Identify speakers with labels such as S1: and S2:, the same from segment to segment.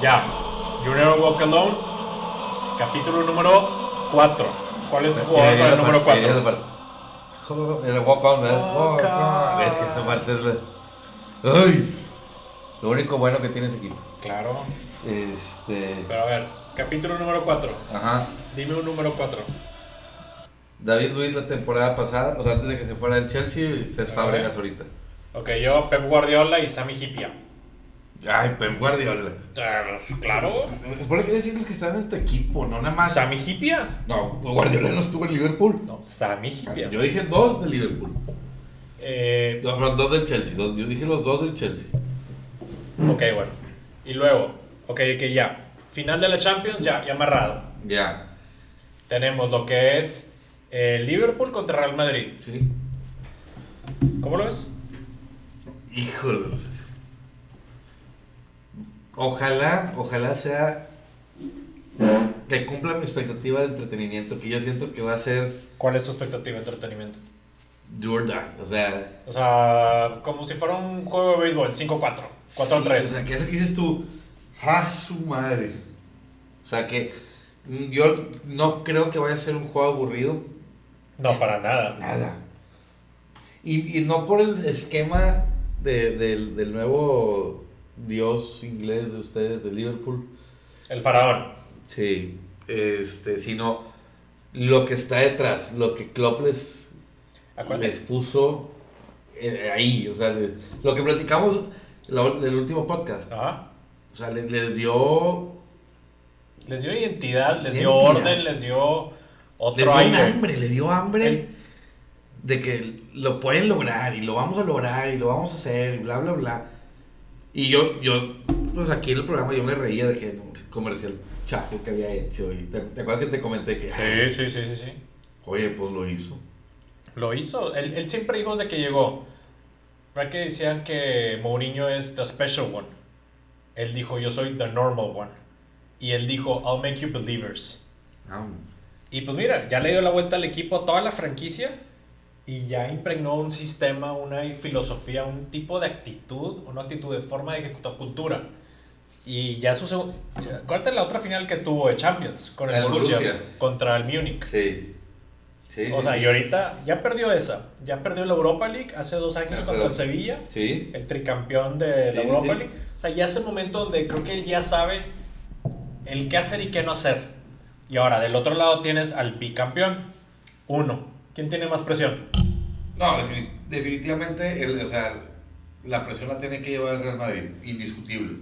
S1: Ya. You Never Walk Alone, capítulo número 4. ¿Cuál es tu jugador para el número 4?
S2: El walk on, ¿verdad?
S1: Walk on.
S2: Es que esa parte es la. ¡Ay! Lo único bueno que tiene ese equipo.
S1: Claro.
S2: Este.
S1: Pero a ver, capítulo número 4.
S2: Ajá.
S1: Dime un número 4.
S2: David Luis la temporada pasada, o sea, antes de que se fuera del Chelsea, se Fábregas ahorita.
S1: Ok, yo Pep Guardiola y Sammy Hipia.
S2: Ay, Pep Guardiola.
S1: Ah, pues, claro.
S2: Supone que decirles que están en tu equipo, no nada más.
S1: Sammy Hipia.
S2: No, Guardiola no estuvo en Liverpool.
S1: No, Sammy Hipia.
S2: Yo dije dos de Liverpool.
S1: Eh,
S2: No, perdón, dos del Chelsea. dos- yo dije los dos del Chelsea.
S1: ok, bueno. Y luego, ok, que ya. Final de la Champions, ya, ya amarrado.
S2: Ya.
S1: Tenemos lo que es eh, Liverpool contra Real Madrid.
S2: Sí.
S1: ¿Cómo lo ves?
S2: Híjole. pues, Ojalá, ojalá sea que cumpla mi expectativa de entretenimiento, que yo siento que va a ser
S1: ¿Cuál es tu expectativa de entretenimiento?
S2: do or die, O sea,
S1: O sea, como si fuera un juego de béisbol, 5-4, 4-3.
S2: sí, o sea, que eso que dices tú, ¡ah, su madre! O sea, que mm, yo no creo que vaya a ser un juego aburrido,
S1: no, para nada.
S2: nada. Y, y no por el esquema de- del, del nuevo dios inglés de ustedes, de Liverpool.
S1: El faraón.
S2: Sí, este, sino lo que está detrás, lo que Klopp les, les
S1: Acuérdate.
S2: puso eh, ahí, o sea, le- lo que platicamos la- del último podcast,
S1: Ajá.
S2: o sea, le- les, dio,
S1: Les dio identidad, les dio
S2: Identidad.
S1: orden, les dio
S2: les dio
S1: otro
S2: un
S1: aire.
S2: hambre, le dio hambre
S1: El-
S2: de que lo pueden lograr y lo vamos a lograr y lo vamos a hacer y bla, bla, bla. Y yo, yo, pues aquí en el programa yo me reía de que no, comercial chafo que había hecho y te, te acuerdas que te comenté que,
S1: Sí, sí, sí, sí, sí.
S2: oye, pues lo hizo.
S1: Lo hizo. Él, él siempre dijo desde que llegó. ¿Verdad que decían que Mourinho es the special one? Él dijo, yo soy the normal one. Y él dijo, I'll make you believers.
S2: Vamos.
S1: Y pues mira, ya le dio la vuelta al equipo, a toda la franquicia, y ya impregnó un sistema, una filosofía, un tipo de actitud, una actitud de forma de ejecutar cultura. Y ya su segundo... Acuérdate la otra final que tuvo de Champions con el,
S2: El
S1: Borussia,
S2: Borussia.
S1: contra el Múnich.
S2: Sí. Sí.
S1: O
S2: sí,
S1: sea,
S2: sí.
S1: y ahorita ya perdió esa. Ya perdió la Europa League hace dos años
S2: Hace
S1: contra el
S2: dos.
S1: Sevilla,
S2: Sí.
S1: el tricampeón de
S2: Sí,
S1: la
S2: sí,
S1: Europa
S2: sí.
S1: League. O sea, ya es el momento donde creo que él ya sabe el qué hacer y qué no hacer. Y ahora, del otro lado tienes al bicampeón. Uno. ¿Quién tiene más presión?
S2: No, defini- definitivamente, el- o sea, la presión la tiene que llevar el Real Madrid, indiscutible.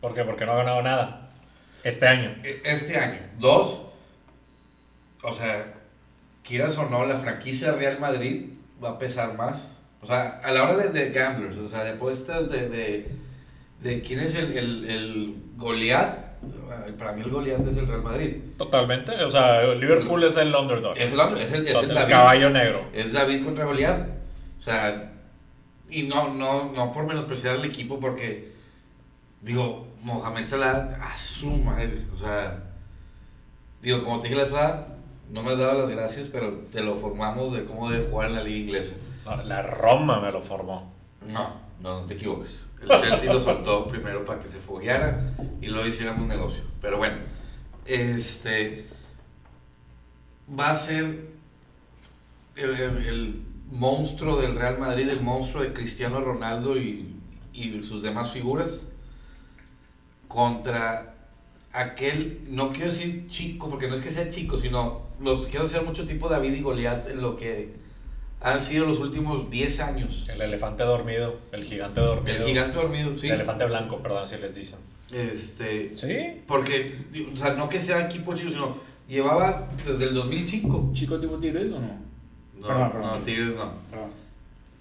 S1: ¿Por qué? Porque no ha ganado nada este año.
S2: E- Este año. Dos, o sea, quieras o no, la franquicia Real Madrid va a pesar más. O sea, a la hora de, de gamblers, o sea, de apuestas de, de, de quién es el, el, el Goliat, para mí el Goliat es el Real Madrid.
S1: Totalmente. O sea, Liverpool es el underdog.
S2: Es el, es el, es el
S1: el
S2: David.
S1: caballo negro.
S2: Es David contra Goliat. O sea, y no, no, no por menospreciar al equipo, porque, digo, Mohamed Salah, a su madre. O sea, digo, como te dije la espada, no me has dado las gracias, pero te lo formamos de cómo debe jugar en la liga inglesa.
S1: No, La Roma me lo formó.
S2: No, no, no te equivoques. El Chelsea lo soltó primero para que se fogueara y luego hiciéramos negocio. Pero bueno, este va a ser el, el- el monstruo del Real Madrid, el monstruo de Cristiano Ronaldo y, y sus demás figuras contra aquel, no quiero decir chico, porque no es que sea chico, sino los quiero hacer mucho tipo David y Goliat en lo que han sido los últimos 10 años.
S1: El elefante dormido. El gigante dormido.
S2: El gigante dormido, sí.
S1: El elefante blanco, perdón, si les dicen.
S2: Este,
S1: Sí.
S2: porque, digo, o sea, no que sea equipo chico, sino llevaba desde el 2005.
S3: ¿Chico tipo Tigres o no?
S2: No,
S3: Perdón,
S2: no,
S3: perdón.
S2: Tigres no.
S3: Perdón.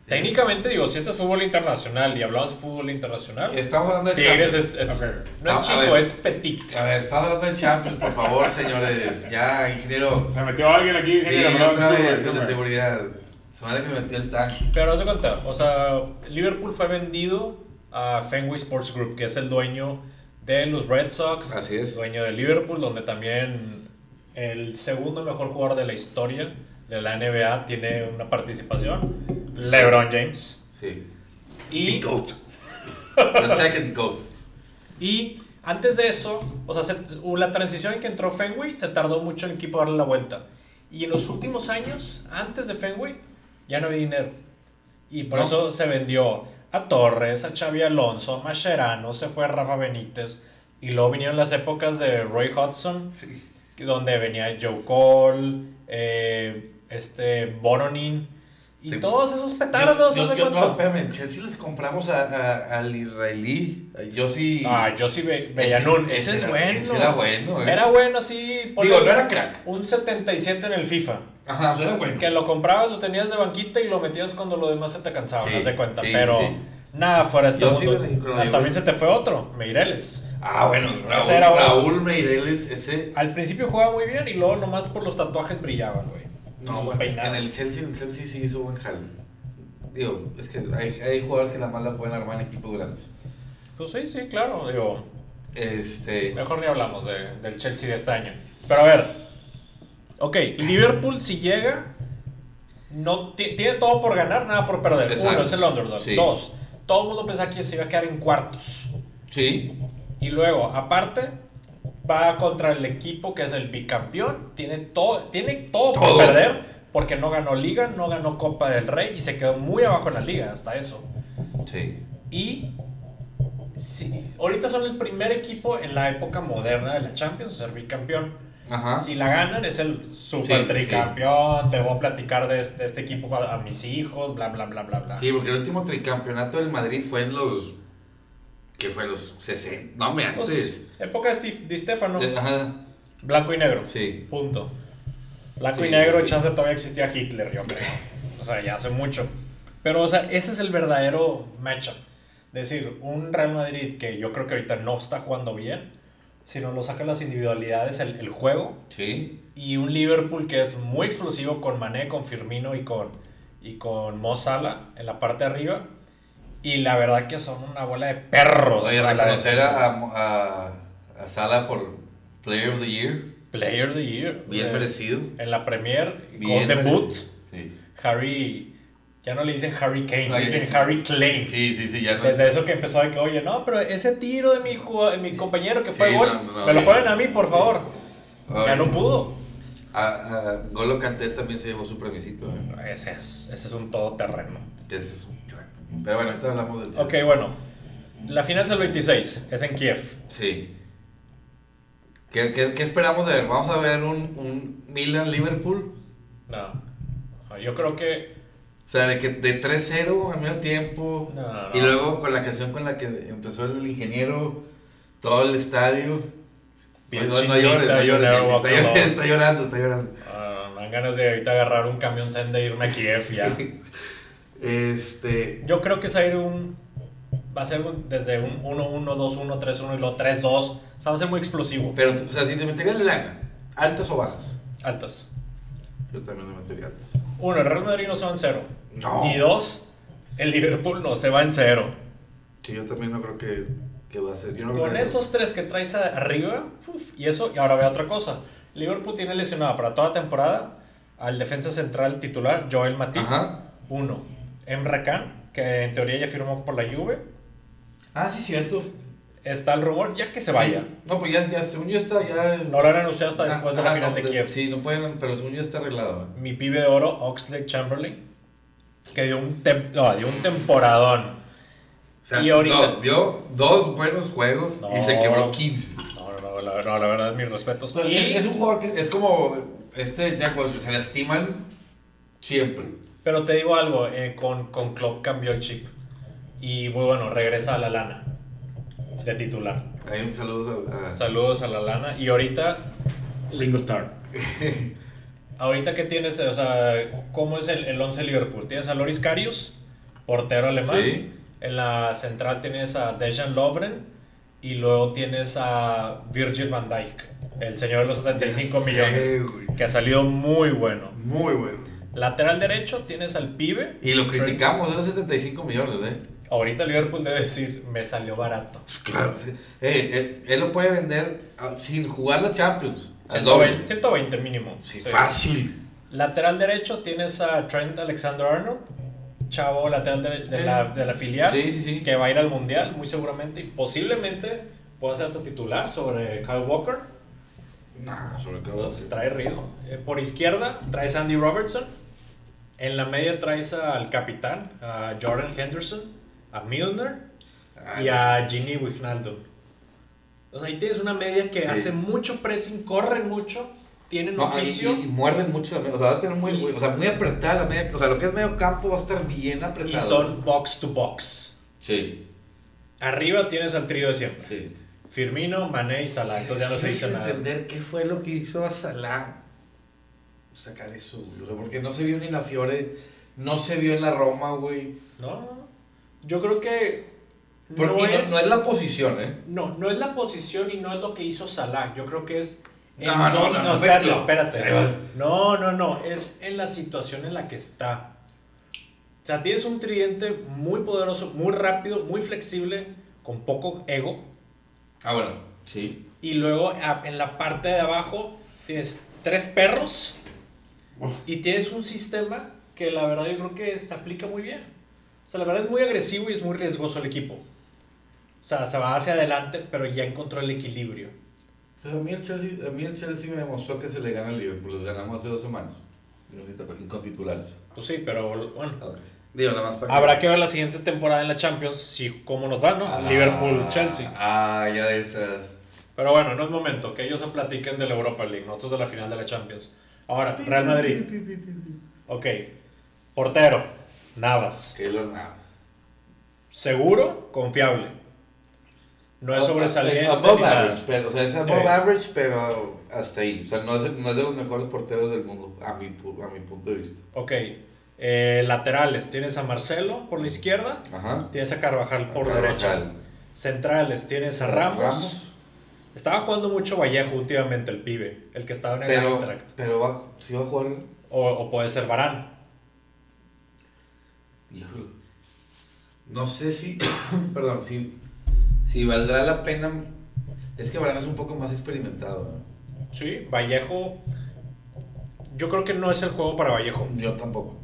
S1: Técnicamente, digo, si este es fútbol internacional y hablamos de fútbol internacional,
S2: Estamos hablando de
S1: Tigres
S2: Champions.
S1: es. es-
S3: Ok.
S1: No es
S2: Ah, a
S1: chico,
S2: ver.
S1: es petit.
S2: A ver, estamos hablando de Champions, por favor, señores. Ya, ingeniero.
S3: Se metió alguien aquí,
S2: Sí,
S3: ingeniero. perdón,
S2: otra
S3: disculpa,
S2: vez, el de
S3: disculpa.
S2: seguridad. Se me hace que me metió el tanque.
S1: Pero no se cuenta, o sea, Liverpool fue vendido a Fenway Sports Group, que es el dueño de los Red Sox,
S2: Así es.
S1: dueño de Liverpool, donde también el segundo mejor jugador de la historia de la NBA tiene una participación, LeBron James.
S2: Sí.
S1: Y
S2: The second goat.
S1: Y Antes de eso, o sea, se- la transición en que entró Fenway se tardó mucho el equipo a darle la vuelta. Y en los últimos años, antes de Fenway, ya no había dinero. Y por
S2: No.
S1: eso se vendió a Torres, a Xavi Alonso, a Mascherano, se fue a Rafa Benítez. Y luego vinieron las épocas de Roy Hudson,
S2: Sí.
S1: donde venía Joe Cole, eh, este Boronin, y
S2: Sí.
S1: todos esos petardos.
S2: Yo-
S1: ¿haz de
S2: yo- yo-
S1: cuenta?
S2: No, espérame, Chelsea les compramos a, a- al israelí. Yo sí.
S1: Ah, yo sí ve, Bellanún, ese, es
S2: era-
S1: bueno.
S2: Ese era bueno, eh.
S1: Era bueno, sí.
S2: Digo,
S1: ponle
S2: no era crack.
S1: Un 77 en el FIFA.
S2: Ajá, o sea, era bueno.
S1: Que lo comprabas, lo tenías de banquita y lo metías cuando los demás se te cansaban,
S2: Sí,
S1: haz de cuenta.
S2: sí,
S1: pero
S2: sí.
S1: nada fuera de este
S2: Yo sí
S1: mundo.
S2: me- lo
S1: Ah,
S2: digo.
S1: también se te fue otro, Meireles.
S2: Ah, bueno, Raúl,
S1: Ese era bueno.
S2: Raúl Meireles, ese.
S1: Al principio jugaba muy bien y luego nomás por los tatuajes brillaban, güey.
S2: No,
S1: Sus
S2: bueno,
S1: peinados.
S2: en el Chelsea, en el Chelsea sí hizo buen jale. Digo, es que hay, hay jugadores que nada más la pueden armar en equipos grandes.
S1: Pues sí, sí, claro. Digo,
S2: Este.
S1: Mejor ni hablamos de- del Chelsea de este año. Pero a ver. Ok, Liverpool si llega, no ti- tiene todo por ganar, nada por perder.
S2: Exacto.
S1: Uno, es el underdog.
S2: Sí.
S1: Dos, todo el mundo pensaba que se iba a quedar en cuartos.
S2: Sí.
S1: Y luego, aparte, va contra el equipo que es el bicampeón. Tiene todo, tiene todo,
S2: Todo.
S1: por perder porque no ganó Liga, no ganó Copa del Rey y se quedó muy abajo en la Liga, hasta eso.
S2: Sí.
S1: Y sí, ahorita son el primer equipo en la época moderna de la Champions a ser bicampeón.
S2: Ajá.
S1: Si la ganan es el super
S2: Sí,
S1: tricampeón, te voy a platicar de este, de este equipo a, a mis hijos, bla, bla, bla, bla, bla.
S2: Sí, porque el último tricampeonato del Madrid fue en los. ¿Qué fue? Los 60. No, me
S1: Pues,
S2: antes.
S1: época de, Steve- de Stefano,
S2: Eh, Ajá.
S1: blanco y negro,
S2: Sí.
S1: punto. Blanco y
S2: Sí,
S1: negro,
S2: sí.
S1: chance todavía existía Hitler, yo creo. O sea, ya hace mucho. Pero, o sea, ese es el verdadero matchup. Es decir, un Real Madrid que yo creo que ahorita no está jugando bien, sino lo sacan las individualidades, el, el juego,
S2: Sí.
S1: y un Liverpool que es muy explosivo con Mané, con Firmino y con, y con Mo Salah en la parte de arriba. Y la verdad que son una bola de perros.
S2: Oye,
S1: a la
S2: reconocer
S1: defensa.
S2: a, a, a Sala por Player of the Year.
S1: Player of the Year.
S2: Bien
S1: Eh,
S2: merecido.
S1: En la Premier, con
S2: Bien
S1: debut,
S2: merecido. Sí.
S1: Harry... Ya no le dicen Harry Kane, le
S2: Ay,
S1: dicen
S2: sí.
S1: Harry Klein. Pues
S2: sí, sí, sí, ya no
S1: Desde eso que empezó de que, oye, no, pero ese tiro de mi, jugador- de mi compañero que fue
S2: Sí,
S1: gol,
S2: no, no,
S1: me lo
S2: no.
S1: ponen a mí, por favor.
S2: Ay.
S1: Ya no pudo.
S2: A, a Ah, Golo Kanté también se llevó su premisito. eh.
S1: Ese es, ese es un todoterreno.
S2: Ese es un crack. Pero bueno, ahorita hablamos del
S1: Ok, bueno. La final es el 26, es en Kiev.
S2: Sí. ¿Qué, qué, qué esperamos de ver? ¿Vamos a ver un, un Milan-Liverpool?
S1: No. Yo creo que.
S2: O sea, de que de 3-0 al medio tiempo.
S1: No, no.
S2: Y luego con la canción con la que empezó el ingeniero, todo el estadio.
S1: Bien
S2: no, no, no
S1: chinita,
S2: llores, no
S1: you
S2: llores.
S1: never walk
S2: Está, llorando,
S1: alone.
S2: está llorando, está llorando.
S1: ah, me dan ganas de ahorita agarrar un camión senda e irme a Kiev ya.
S2: Este.
S1: Yo creo que se va a ir un. Va a ser un- desde un 1-1, 2-1, 3-1 y luego 3-2. O sea, va a ser muy explosivo.
S2: Pero, o sea, si te meterías lana, ¿altas o bajas?
S1: Altas.
S2: Yo también le metería altas.
S1: Uno, el Real Madrid no se va en cero.
S2: No.
S1: Y dos, el Liverpool no se va en cero.
S2: Sí, yo también no creo que, que va a ser. Yo no creo
S1: Con
S2: que-
S1: esos tres que traes a- arriba, uf, y eso, y ahora ve otra cosa. Liverpool tiene lesionada para toda temporada al defensa central titular Joel Matip.
S2: Ajá.
S1: Uno, Emre Can, que en teoría ya firmó por la Juve.
S2: Ah, sí, cierto.
S1: Está el rumor, ya que se vaya.
S2: Sí. No, pues ya, ya, según yo está, ya.
S1: No lo han anunciado hasta después de la
S2: Ah,
S1: final
S2: no,
S1: de
S2: de-
S1: Kiev.
S2: Sí, no pueden, pero según yo está arreglado. ¿eh?
S1: Mi pibe de oro, Oxley Chamberlain, que dio un, tem- no, dio un temporadón.
S2: O sea,
S1: Y ahorita-
S2: no, dio dos buenos juegos y se
S1: No.
S2: quebró 15.
S1: No, no, no, la, no, la verdad, mis respetos.
S2: O sea,
S1: Y-
S2: es, es un jugador que es como este Jack Wilshere, se lastiman siempre.
S1: Pero te digo algo, eh, con, con Klopp cambió el chip. Y muy bueno, regresa a la lana de titular.
S2: Hay un saludo a. a-
S1: Saludos a la lana. Y ahorita,
S3: Ringo Starr.
S1: ahorita que tienes, o sea, ¿cómo es el, el 11 Liverpool? Tienes a Loris Karius, portero alemán.
S2: Sí.
S1: En la central tienes a Dejan Lovren. Y luego tienes a Virgil van Dijk, el señor de los 75
S2: Ya sé,
S1: millones,
S2: güey.
S1: que ha salido muy bueno.
S2: Muy bueno.
S1: Lateral derecho tienes al pibe.
S2: Y lo
S1: Trent
S2: criticamos, esos 75 millones, ¿eh?
S1: Ahorita Liverpool debe decir, me salió barato.
S2: Pues Claro. sí. Eh, él, él lo puede vender ah, sin jugar la Champions. Al
S1: 120,
S2: doble.
S1: 120 mínimo.
S2: Sí,
S1: Sí.
S2: fácil.
S1: Lateral derecho tienes a Trent Alexander-Arnold, chavo lateral de, de
S2: Sí.
S1: la, de la filial,
S2: Eh. Sí, sí, sí.
S1: que va a ir al Mundial muy seguramente y posiblemente puedo hacer hasta titular sobre Kyle Walker.
S2: Nah, sobre el cabo.
S1: Pues trae Río. por izquierda traes a Andy Robertson. En la media traes al capitán, a Jordan Henderson, a Milner
S2: Ah,
S1: y a Ginny Wijnaldum. O sea, ahí tienes una media que
S2: Sí.
S1: hace mucho pressing, corren mucho, tienen
S2: No, y,
S1: oficio.
S2: y- y muerden mucho la media. O sea, va a tener muy, muy- o sea, muy apretada la media. O sea, lo que es medio campo va a estar bien apretado.
S1: y son box to box.
S2: Sí,
S1: Arriba tienes al trío de siempre.
S2: sí.
S1: Firmino, Mané y Salah. Ah, Entonces ya no
S2: Sí,
S1: se
S2: hay
S1: dice
S2: que
S1: nada.
S2: entender qué fue lo que hizo a Salah sacar eso, güey. O sea, porque no se vio ni en la Fiore, no se vio en la Roma, güey.
S1: No, no, no. yo creo que
S2: Porque no, no es... la posición, ¿eh?
S1: no, no es la posición y no es lo que hizo Salah. Yo creo que es en
S2: No, no,
S1: dónde-
S2: no, no,
S1: espérate,
S2: no.
S1: espérate.
S2: Ahí vas.
S1: No, no, no, es en la situación en la que está. O sea, tienes un tridente muy poderoso, muy rápido, muy flexible, con poco ego.
S2: Ah, bueno. Sí.
S1: Y luego a- en la parte de abajo tienes tres perros
S3: Uf.
S1: y tienes un sistema que la verdad yo creo que se aplica muy bien. O sea, la verdad es muy agresivo y es muy riesgoso el equipo. O sea, se va hacia adelante, pero ya encontró el equilibrio.
S2: Pero Pues a mí, el Chelsea, a mí el Chelsea me demostró que se le gana al Liverpool. Los ganamos hace dos semanas. Y no sé si te acuerdas, Con titulares.
S1: Pues sí, pero bueno.
S2: Ok. Digo, nada más para que-
S1: Habrá que ver la siguiente temporada en la Champions, si cómo nos va, ¿no?
S2: Ah,
S1: Liverpool, Chelsea.
S2: Ah, ya de esas.
S1: Pero bueno, no es momento que ellos se platiquen de la Europa League, nosotros de la final de la Champions. Ahora, Real Madrid. Ok. Portero, Navas.
S2: Keylor Navas.
S1: seguro, confiable. No es
S2: A-
S1: sobresaliente.
S2: a- Above
S1: ni nada. Eh.
S2: average, pero, o sea, es above
S1: Sí.
S2: average, pero hasta ahí. O sea, no es, no es de los mejores porteros del mundo, a mi, pu- a mi punto de vista.
S1: Ok. eh, laterales. Tienes a Marcelo por la izquierda.
S2: Ajá.
S1: Tienes a Carvajal por
S2: Carvajal.
S1: derecha. Centrales. Tienes a Ramos. Estaba jugando mucho Vallejo últimamente el pibe. El que estaba en el
S2: Pero,
S1: Eintracht.
S2: pero va, si va a jugar.
S1: O, o puede ser Barán.
S2: Híjole. No sé si. perdón, si, si valdrá la pena. Es que Varane es un poco más experimentado. ¿no?
S1: Sí, Vallejo. Yo creo que no es el juego para Vallejo.
S2: Yo tampoco.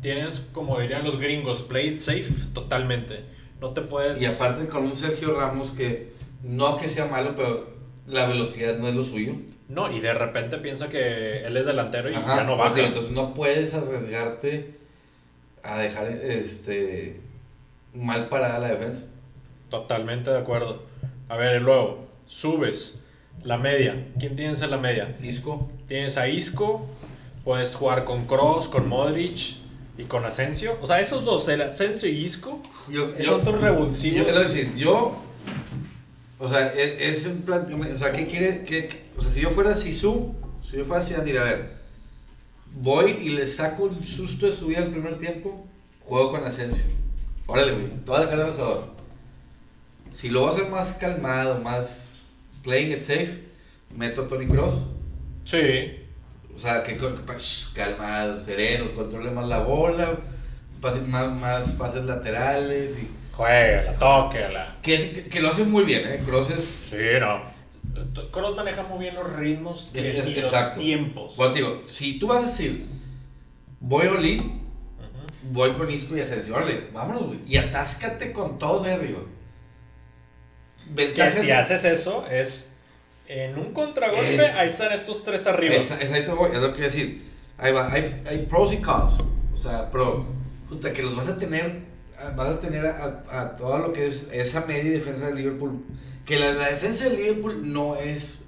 S1: Tienes, como dirían los gringos, play it safe totalmente. No te puedes.
S2: Y aparte con un Sergio Ramos que no que sea malo, pero la velocidad no es lo suyo.
S1: No, y de repente piensa que él es delantero y
S2: Ajá,
S1: ya no
S2: pues
S1: baja.
S2: sí, entonces no puedes arriesgarte a dejar este mal parada la defensa.
S1: Totalmente de acuerdo. A ver, y luego, subes la media. ¿Quién tienes en la media?
S2: Isco.
S1: Tienes a Isco, puedes jugar con Cross, con Modric y con Asensio. O sea, esos dos, el Asensio y Isco,
S2: Yo,
S1: son otros
S2: yo
S1: revulsivos.
S2: quiero decir, yo o sea, e, es, es un plan, o sea, ¿qué quiere qué- qué- o sea, si yo fuera Sisu, si yo fuera Zidane, diría, a ver, voy y le saco un susto de su vida al primer tiempo, juego con Asensio. Órale, güey, toda la cara de lanzador. Si lo voy a hacer más calmado, más playing it safe, meto a Tony Cross.
S1: Sí,
S2: O sea, que co- pa- sh, calmado, sereno, controle más la bola, pase- más, más pases laterales. Y,
S1: juégala, tóquela.
S2: que, que- que lo hace muy bien, ¿eh? Cross es.
S1: Sí, no. Cross maneja muy bien los ritmos y,
S2: es-
S1: y los
S2: exacto.
S1: tiempos.
S2: Bueno, te digo, si tú vas a decir, voy a Oli, voy con Isco y Asensio, órale, vámonos, güey. Y atáscate con todos ahí arriba.
S1: Que
S2: Ventaja-
S1: si haces eso, es en un contragolpe,
S2: Es-
S1: ahí están estos tres arriba.
S2: Esa- Exacto, güey, es lo que quiero decir. Ahí va, hay, hay pros y cons. O sea, pro, puta, que los vas a tener, a- vas a tener a, a- a todo lo que es esa media defensa de Liverpool. Que la, la defensa de Liverpool no es,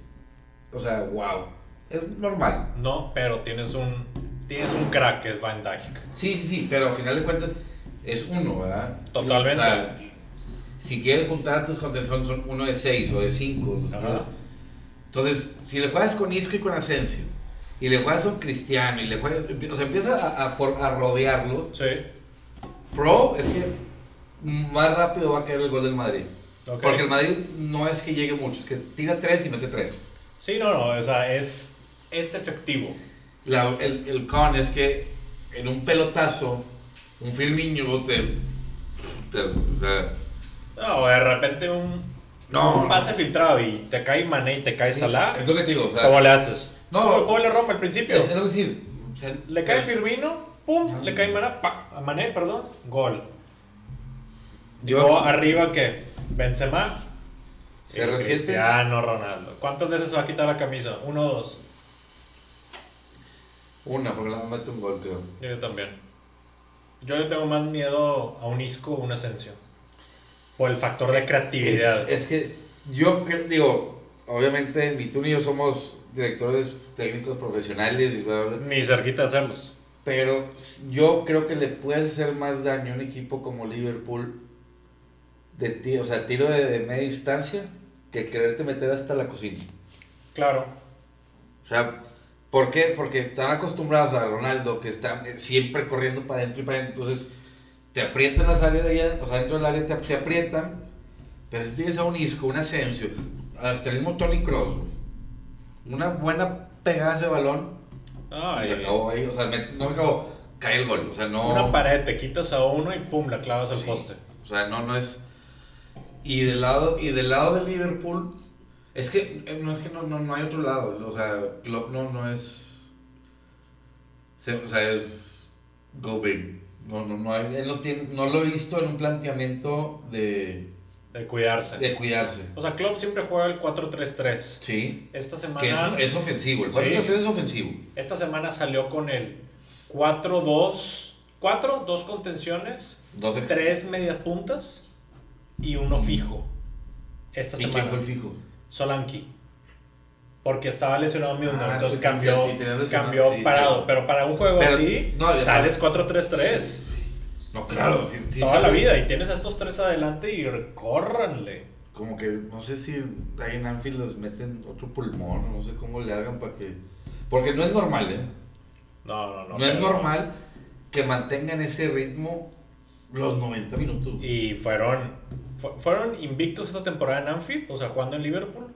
S2: o sea, wow, es normal.
S1: No, pero tienes un tienes un crack que es Van Dijk.
S2: Sí, sí, sí, pero al final de cuentas es uno, ¿verdad?
S1: Totalmente.
S2: O sea, si quieres juntar a tus contención son uno de seis o de cinco. ¿no?
S1: Ajá.
S2: Entonces, si le juegas con Isco y con Asensio, y le juegas con Cristiano, y le juegas, o sea, empieza a, a for- a rodearlo,
S1: Sí.
S2: pro es que más rápido va a caer el gol del Madrid.
S1: Ok.
S2: Porque el Madrid no es que llegue mucho, es que tira tres y mete tres.
S1: Sí, no, no, o sea, es, es efectivo.
S2: La- el, el con es que en un pelotazo, un Firmino te... te- o sea,
S1: No, de repente un,
S2: No.
S1: un pase filtrado y te cae Mané y te cae Salah.
S2: es lo que te digo, o sea,
S1: ¿Cómo le haces?
S2: No.
S1: No, el juego le rompe al principio.
S2: es, es lo que decir. o sea,
S1: le cae Firmino, pum, le cae Mané, pa, a Mané, perdón, gol.
S2: yo-
S1: Luego arriba que Benzema,
S2: CR7.
S1: Cristiano Ronaldo. ¿Cuántas veces se va a quitar la camisa? Uno o dos.
S2: Una, porque la mete un gol, creo.
S1: Yo también. Yo le tengo más miedo a un Isco o un Asensio. Por el factor de creatividad.
S2: Es, es que yo cre- digo, obviamente ni tú ni yo somos directores técnicos profesionales, y bla, bla, bla,
S1: Ni cerquita de hacerlos.
S2: pero s- yo creo que le puede hacer más daño a un equipo como Liverpool de ti, o sea, tiro de, de media distancia que quererte meter hasta la cocina.
S1: Claro.
S2: O sea, ¿por qué? Porque están acostumbrados a Ronaldo que está eh, siempre corriendo para adentro y para adentro. Entonces, te aprietan las áreas de allá, o sea, dentro del área te, se aprietan. Pero si tienes a un Isco, un Asensio, hasta el mismo Tony Cross, una buena pegada a ese balón,
S1: Ay,
S2: y acabó ahí. O sea, me- no acabó, cae el gol. O sea, no.
S1: Una pared, te quitas a uno y pum, la clavas al
S2: Sí.
S1: poste.
S2: O sea, no, no es. Y del lado, y del lado de Liverpool, es que eh, no es que no, no, no hay otro lado. O sea, Klopp no, no es. se- o sea, es. Go big. No, no, no hay- él no, tiene, no lo he visto en un planteamiento de,
S1: De cuidarse.
S2: de cuidarse.
S1: O sea, Klopp siempre juega el 4-3-3.
S2: Sí.
S1: Esta
S2: Que es,
S1: semana,
S2: es ofensivo. El
S1: Sí.
S2: 4 es ofensivo.
S1: esta semana salió con el 4-2. 4, 2 contenciones,
S2: Dos ex-
S1: 3 media puntas y uno fijo. Esta
S2: ¿Y quién
S1: semana.
S2: fue el fijo?
S1: Solanki. Porque estaba lesionado Milner,
S2: Ah,
S1: entonces
S2: pues,
S1: cambió,
S2: sí, sí, tenía lesionado,
S1: cambió
S2: sí,
S1: parado.
S2: sí.
S1: Pero para un juego
S2: Pero,
S1: así,
S2: no, le-
S1: sales 4-3-3.
S2: No, claro. sí- sí
S1: toda la
S2: sabe.
S1: vida. Y tienes a estos tres adelante y córranle.
S2: Como que no sé si ahí en Anfield les meten otro pulmón, no sé cómo le hagan para que. Porque no es normal, ¿eh?
S1: No, no, no.
S2: No, es
S1: pero-
S2: normal que mantengan ese ritmo los 90 minutos. güey.
S1: Y fueron, fu- fueron invictos esta temporada en Anfield, o sea, jugando en Liverpool.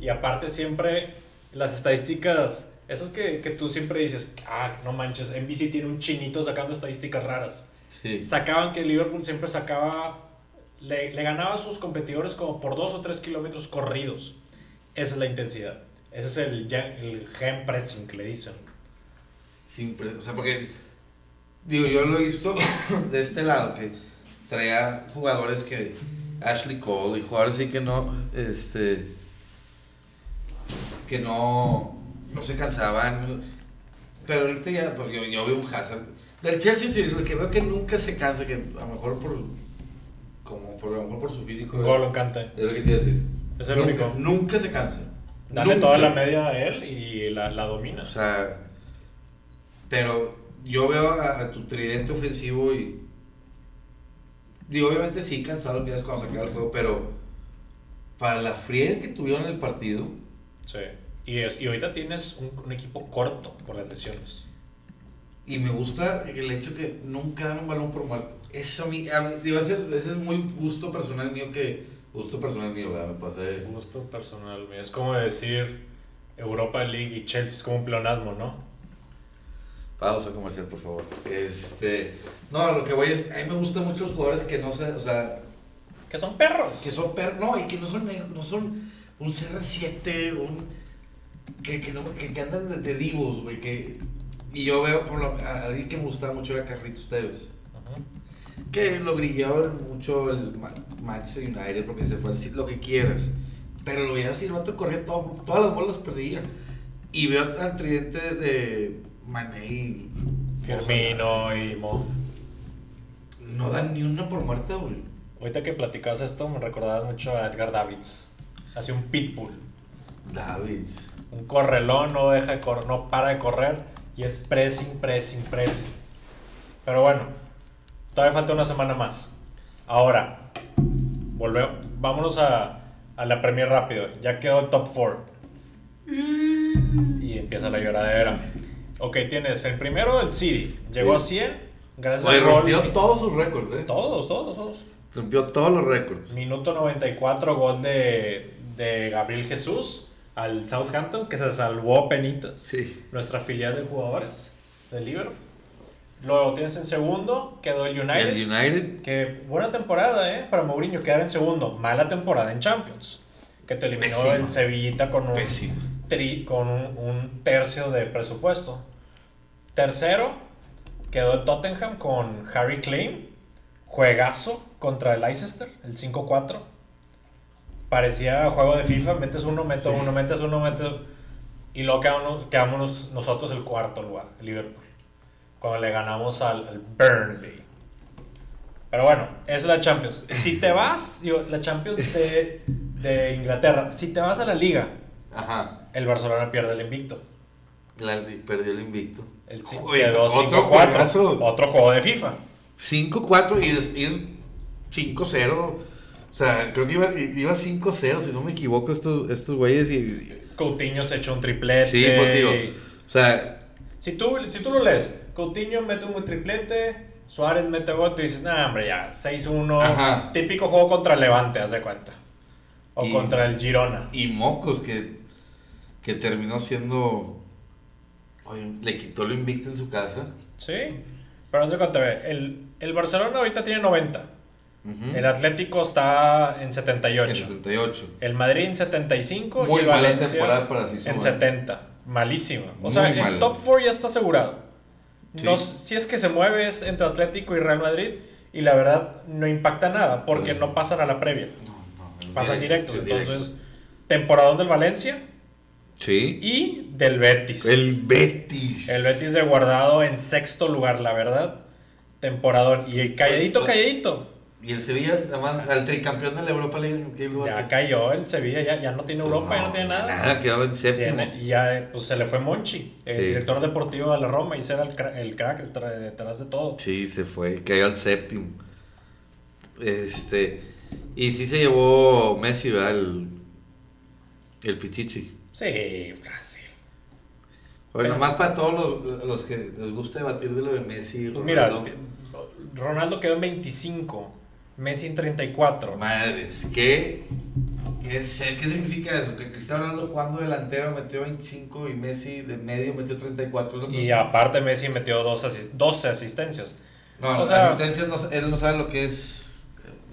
S1: Y aparte siempre las estadísticas, esas que, que tú siempre dices, ah, no manches, NBC tiene un chinito sacando estadísticas raras.
S2: Sí.
S1: Sacaban que Liverpool siempre sacaba, le, le ganaba a sus competidores como por dos o tres kilómetros corridos. Esa es la intensidad. Ese es el, ya- el hand pressing que le dicen.
S2: Sin pre- o sea, porque. Digo, yo lo he visto de este lado, que traía jugadores que. Ashley Cole y jugadores así que no. Este. Que no. No se cansaban. Pero ahorita ya. Porque yo, yo veo un Hazard. Del Chelsea, sí, lo que veo que nunca se cansa, que a lo mejor por. Como por, a lo mejor por su físico.
S1: Gol lo encanta.
S2: Es lo que te iba a decir.
S1: Es el
S2: nunca,
S1: único.
S2: Nunca se cansa.
S1: Dale
S2: Nunca.
S1: toda la media a él y la, la domina.
S2: O sea, pero yo veo a, a tu tridente ofensivo y. Digo, obviamente sí, cansado que es cuando se acaba el juego, pero para la friega que tuvieron en el partido,
S1: Sí. Y, es- y ahorita tienes un, un equipo corto por las lesiones.
S2: y me gusta el hecho que nunca dan un balón por muerto. Eso a mí, a mí- digo, ese, ese es muy gusto personal mío que. Gusto personal mío, ¿verdad? Me pasé.
S1: Gusto personal, es como decir Europa League y Chelsea es como un pleonasmo, ¿no?
S2: Pausa comercial, por favor. Este. No, lo que voy es. A mí me gustan mucho los jugadores que no se. O sea,
S1: Que son perros.
S2: que son perros, no, y que no son, neg- no son un CR7, un, que, que, no, que, que andan de, de divos, güey, que, y yo veo, por lo, a alguien que me gustaba mucho era Carlitos Tevez,
S1: Ajá.
S2: que lo brillaba mucho el Ma- Manchester United, porque se fue así, lo que quieras, pero lo veía así, el vato corría todo, todas las bolas perseguía, y veo al tridente de Mané y...
S1: Firmino y Mo.
S2: No dan ni una por muerta, güey.
S1: Ahorita que platicabas esto me recordabas mucho a Edgar Davids. Así un pitbull.
S2: Davids.
S1: Un correlón, no, deja de cor- no para de correr y es pressing, pressing, pressing. Pero bueno, todavía falta una semana más. Ahora, volvemos, vámonos a, a la Premier rápido. Ya quedó el top 4. Y empieza la lloradera. Ok, tienes el primero, el City. Llegó a 100, gracias
S2: Güey,
S1: al gol.
S2: rompió todos sus récords, eh.
S1: Todos, todos, todos.
S2: Rompió todos los récords.
S1: Minuto 94, gol de, de Gabriel Jesús al Southampton, que se salvó a penitas.
S2: Sí.
S1: Nuestra filial de jugadores del Liverpool. Luego tienes en segundo, quedó el United.
S2: El United.
S1: Que buena temporada, ¿eh? Para Mourinho quedar en segundo. Mala temporada en Champions. Que te eliminó
S2: Pésimo.
S1: en Sevillita con un,
S2: Pésimo.
S1: tri- con un, un tercio de presupuesto. Tercero, quedó el Tottenham con Harry Klein. Juegazo contra el Leicester, el 5-4. parecía juego de FIFA, metes uno, meto uno, metes uno, metes Y luego quedamos, quedamos nosotros el cuarto lugar, Liverpool. Cuando le ganamos al, al Burnley. Pero bueno, es la Champions. Si te vas, digo, la Champions de, de Inglaterra, si te vas a la liga,
S2: Ajá.
S1: el Barcelona pierde el invicto.
S2: Gladly perdió el invicto.
S1: El
S2: Oye,
S1: 5-4.
S2: otro juegazo.
S1: Otro, juego de FIFA.
S2: 5-4 y des- ir 5-0. O sea, creo que iba, iba 5-0, si no me equivoco, estos, estos güeyes. Y, y-
S1: Coutinho se echó un triplete.
S2: sí, pues digo. O sea,
S1: Si tú, si tú lo lees, Coutinho mete un triplete, Suárez mete gol, te dices, nah, hombre, ya, 6-1.
S2: Ajá.
S1: Típico juego contra el Levante, haz de cuenta. O
S2: Y-
S1: contra el Girona.
S2: y Mocos que, que terminó siendo. oye, le quitó el invicto en su casa.
S1: Sí. Pero haz de cuenta, ve, el, el Barcelona ahorita tiene 90.
S2: Ujú.
S1: El Atlético está en
S2: En
S1: 78.
S2: 78.
S1: El Madrid en 75.
S2: Muy
S1: y el
S2: mala
S1: Valencia
S2: temporada para Sisou,
S1: En
S2: ¿eh?
S1: 70. Malísima. O
S2: Muy
S1: sea,
S2: mala.
S1: el top 4 ya está asegurado.
S2: Sí.
S1: No, si es que se mueve es entre Atlético y Real Madrid. Y la verdad, no impacta nada porque
S2: Pues-
S1: no pasan a la previa.
S2: No, no, es
S1: Pasan
S2: directo,
S1: directos.
S2: es directo.
S1: Entonces, temporadón del Valencia
S2: Sí.
S1: y del Betis.
S2: El Betis.
S1: El Betis de guardado en sexto lugar, la verdad. Temporadón. Y calladito,
S2: Pues-
S1: calladito.
S2: Y el Sevilla, además, al tricampeón de la Europa League, ¿en qué lugar?
S1: Ya cayó el Sevilla, ya, ya no tiene Europa, ya no tiene nada.
S2: Nada, quedaba Ah, en séptimo.
S1: Tiene- y ya eh, pues, se le fue Monchi, el
S2: Sí.
S1: director deportivo de la Roma, y ese era el, cra- el crack detra- detrás de todo.
S2: Sí, se fue, cayó al séptimo. Este. Y sí se llevó Messi, ¿verdad? El, el Pichichi.
S1: Sí, casi.
S2: Bueno,
S1: Pero-
S2: nomás para todos los, los que les gusta debatir de lo de Messi.
S1: Pues mira,
S2: Ronaldo.
S1: te- Ronaldo quedó en 25, Messi en 34.
S2: Madres, ¿qué, qué, sé- ¿qué significa eso? Que Cristiano Ronaldo jugando delantero metió 25 y Messi de medio metió 34. ¿no?
S1: Y aparte Messi metió dos asis- 12 asistencias.
S2: No,
S1: o sea-
S2: asistencias no- él no sabe lo que es.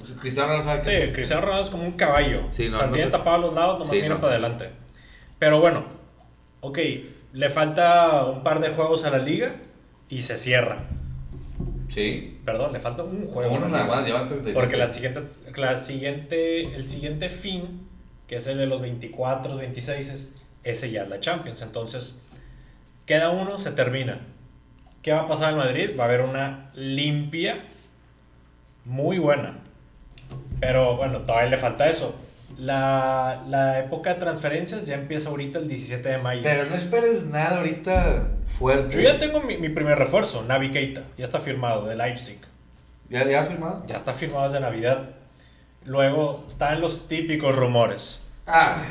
S2: eh, Cristiano no sabe qué
S1: Sí,
S2: es.
S1: Cristiano Ronaldo es como un caballo.
S2: Sí, no,
S1: o sea,
S2: no
S1: tiene
S2: sé.
S1: tapados los lados, nomás
S2: Sí,
S1: mira
S2: no.
S1: para adelante. Pero bueno, ok, le falta un par de juegos a la liga y se cierra.
S2: Sí.
S1: Perdón, le falta un juego. a la
S2: Uno
S1: liga.
S2: nada más, llevan 35.
S1: Porque la siguiente, la siguiente, el siguiente fin, que es el de los 24, 26, es- ese ya es la Champions. Entonces, queda uno, se termina. ¿Qué va a pasar en Madrid? Va a haber una limpia muy buena. Pero bueno, todavía le falta eso. La, la época de transferencias ya empieza ahorita el 17 de mayo.
S2: Pero no esperes nada ahorita fuerte.
S1: Yo ya tengo mi, mi primer refuerzo, Navi Keita. Ya está firmado, de Leipzig.
S2: ¿Ya, ya has firmado?
S1: ya está firmado desde Navidad. Luego están los típicos rumores.
S2: Ah,